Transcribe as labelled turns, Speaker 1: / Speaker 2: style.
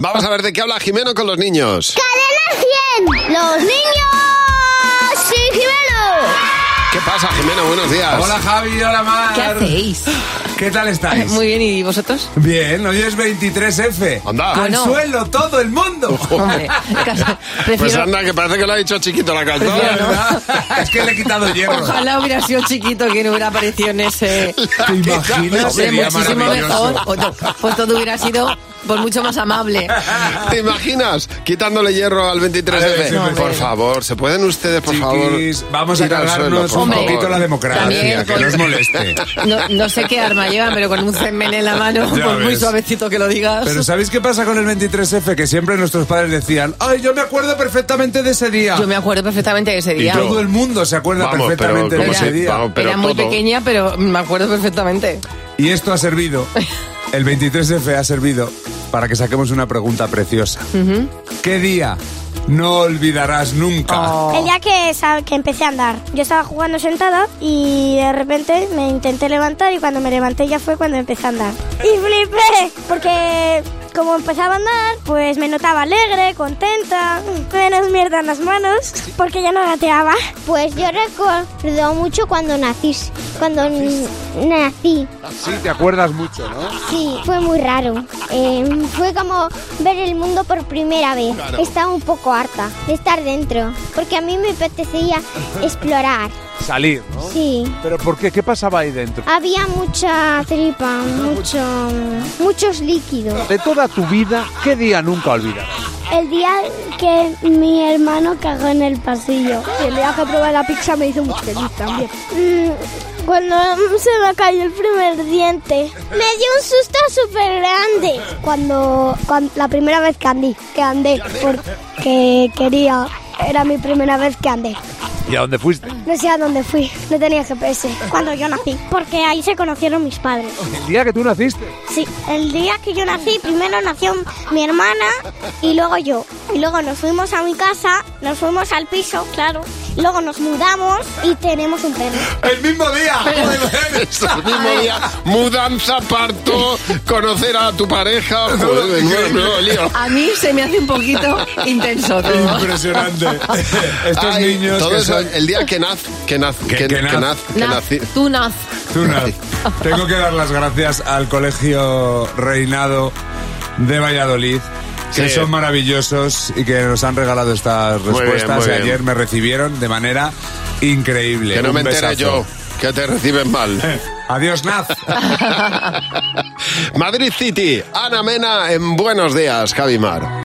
Speaker 1: Vamos a ver de qué habla Jimeno con los niños.
Speaker 2: ¡Cadena 100! ¡Los niños! ¡Sí,
Speaker 1: ¿Qué pasa, Jimeno? Buenos días.
Speaker 3: Hola Javi, hola Mar.
Speaker 4: ¿Qué hacéis?
Speaker 3: ¿Qué tal estáis?
Speaker 4: Ah, Muy bien, ¿y vosotros?
Speaker 3: Bien, hoy es 23F.
Speaker 1: Anda.
Speaker 3: Al
Speaker 4: Bueno.
Speaker 3: suelo todo el mundo.
Speaker 4: Ah, Hombre, prefiero-
Speaker 1: Pues anda, que parece que lo ha dicho chiquito la canción.
Speaker 3: La verdad, es que le he quitado hierro.
Speaker 4: Ojalá hubiera sido chiquito que no hubiera aparecido en ese...
Speaker 3: ¿Te imaginas?
Speaker 4: Hombre,
Speaker 3: Sería
Speaker 4: muchísimo mejor.
Speaker 3: maravilloso.
Speaker 4: O to- Pues todo hubiera sido pues mucho más amable.
Speaker 1: ¿Te imaginas? Quitándole hierro al
Speaker 3: Al
Speaker 1: 23F.
Speaker 3: 23F.
Speaker 1: por favor, ¿se pueden ustedes, por
Speaker 3: Chiquis,
Speaker 1: favor?
Speaker 3: vamos a
Speaker 1: ir al suelo,
Speaker 3: cargarnos
Speaker 1: por
Speaker 3: un
Speaker 4: favor?
Speaker 3: poquito la democracia,
Speaker 4: También
Speaker 3: que
Speaker 4: con-
Speaker 3: no os moleste.
Speaker 4: No, no sé qué arma llevan, pero con un cemen en la mano,
Speaker 3: Ya
Speaker 4: por muy
Speaker 3: ves.
Speaker 4: suavecito que lo digas.
Speaker 3: Pero ¿sabéis qué pasa con el 23F? Que siempre nuestros padres decían, ay, yo me acuerdo perfectamente de ese día.
Speaker 4: Yo me acuerdo perfectamente de ese
Speaker 3: Y ah,
Speaker 4: día.
Speaker 3: todo el mundo se acuerda
Speaker 1: Vamos, pero
Speaker 3: perfectamente de
Speaker 1: ¿cómo
Speaker 3: ese
Speaker 1: se-
Speaker 3: día.
Speaker 1: vamos, pero
Speaker 4: Era muy
Speaker 1: todo.
Speaker 4: pequeña, pero me acuerdo perfectamente.
Speaker 3: Y esto ha servido, el 23F ha servido para que saquemos una pregunta preciosa. ¿Qué día no olvidarás nunca?
Speaker 2: El día que, sa- que empecé a andar, yo estaba jugando sentada y de repente me intenté levantar y cuando me levanté ya fue cuando empecé a andar. Y flipé, porque como empezaba a andar, pues me notaba alegre, contenta, menos mierda en las manos, porque ya no gateaba.
Speaker 5: Pues yo recuerdo mucho cuando nací. Cuando n- nací.
Speaker 3: Sí, te acuerdas mucho, ¿no?
Speaker 5: Sí, fue muy raro. Eh, fue como ver el mundo por primera vez. Estaba un poco harta de estar dentro, porque a mí me apetecía explorar.
Speaker 6: Salir, ¿no?
Speaker 5: Sí,
Speaker 6: ¿Pero por qué? ¿Qué pasaba ahí dentro?
Speaker 5: había mucha tripa, mucho, muchos líquidos.
Speaker 6: De toda tu vida, ¿qué día nunca olvidarás?
Speaker 5: El día que mi hermano cagó en el pasillo.
Speaker 2: El día que probé la pizza me hizo muy feliz también.
Speaker 5: Cuando se me cayó el primer diente. Me dio un susto súper grande. Cuando, cuan- la primera vez que andé, que andé, porque quería, era mi primera vez que andé.
Speaker 6: ¿Y a dónde fuiste?
Speaker 5: No sé a dónde fui, no tenía GPS. Cuando yo nací, porque ahí se conocieron mis padres.
Speaker 6: El día que tú naciste.
Speaker 5: Sí, el día que yo nací, primero nació mi hermana y luego yo. Y luego nos fuimos a mi casa, nos fuimos al piso, claro. Y luego nos mudamos y tenemos un perro.
Speaker 3: ¡El mismo día! Muy bien.
Speaker 1: Es el mismo día, mudanza, parto, conocer a tu pareja. Joder, de nuevo, nuevo lío.
Speaker 4: A mí se me hace un poquito intenso todo.
Speaker 3: Impresionante. Estos
Speaker 1: Ay,
Speaker 3: niños
Speaker 1: todo
Speaker 3: que
Speaker 1: eso,
Speaker 3: son...
Speaker 1: el día que naz, que naz,
Speaker 3: Que- que naz.
Speaker 1: que
Speaker 4: Naz,
Speaker 1: nací-
Speaker 4: tú naz.
Speaker 3: Tú no. Tengo que dar las gracias al Colegio Reinado de Valladolid. Que
Speaker 1: Sí.
Speaker 3: son maravillosos y que nos han regalado estas
Speaker 1: Muy bien,
Speaker 3: respuestas.
Speaker 1: muy
Speaker 3: y
Speaker 1: bien.
Speaker 3: ayer me recibieron de manera increíble.
Speaker 1: Que no
Speaker 3: Un
Speaker 1: me entere
Speaker 3: besazo. Eh,
Speaker 1: yo, que te reciben mal.
Speaker 3: Adiós, Naz.
Speaker 1: Madrid City, Ana Mena en Buenos Días, Javimar.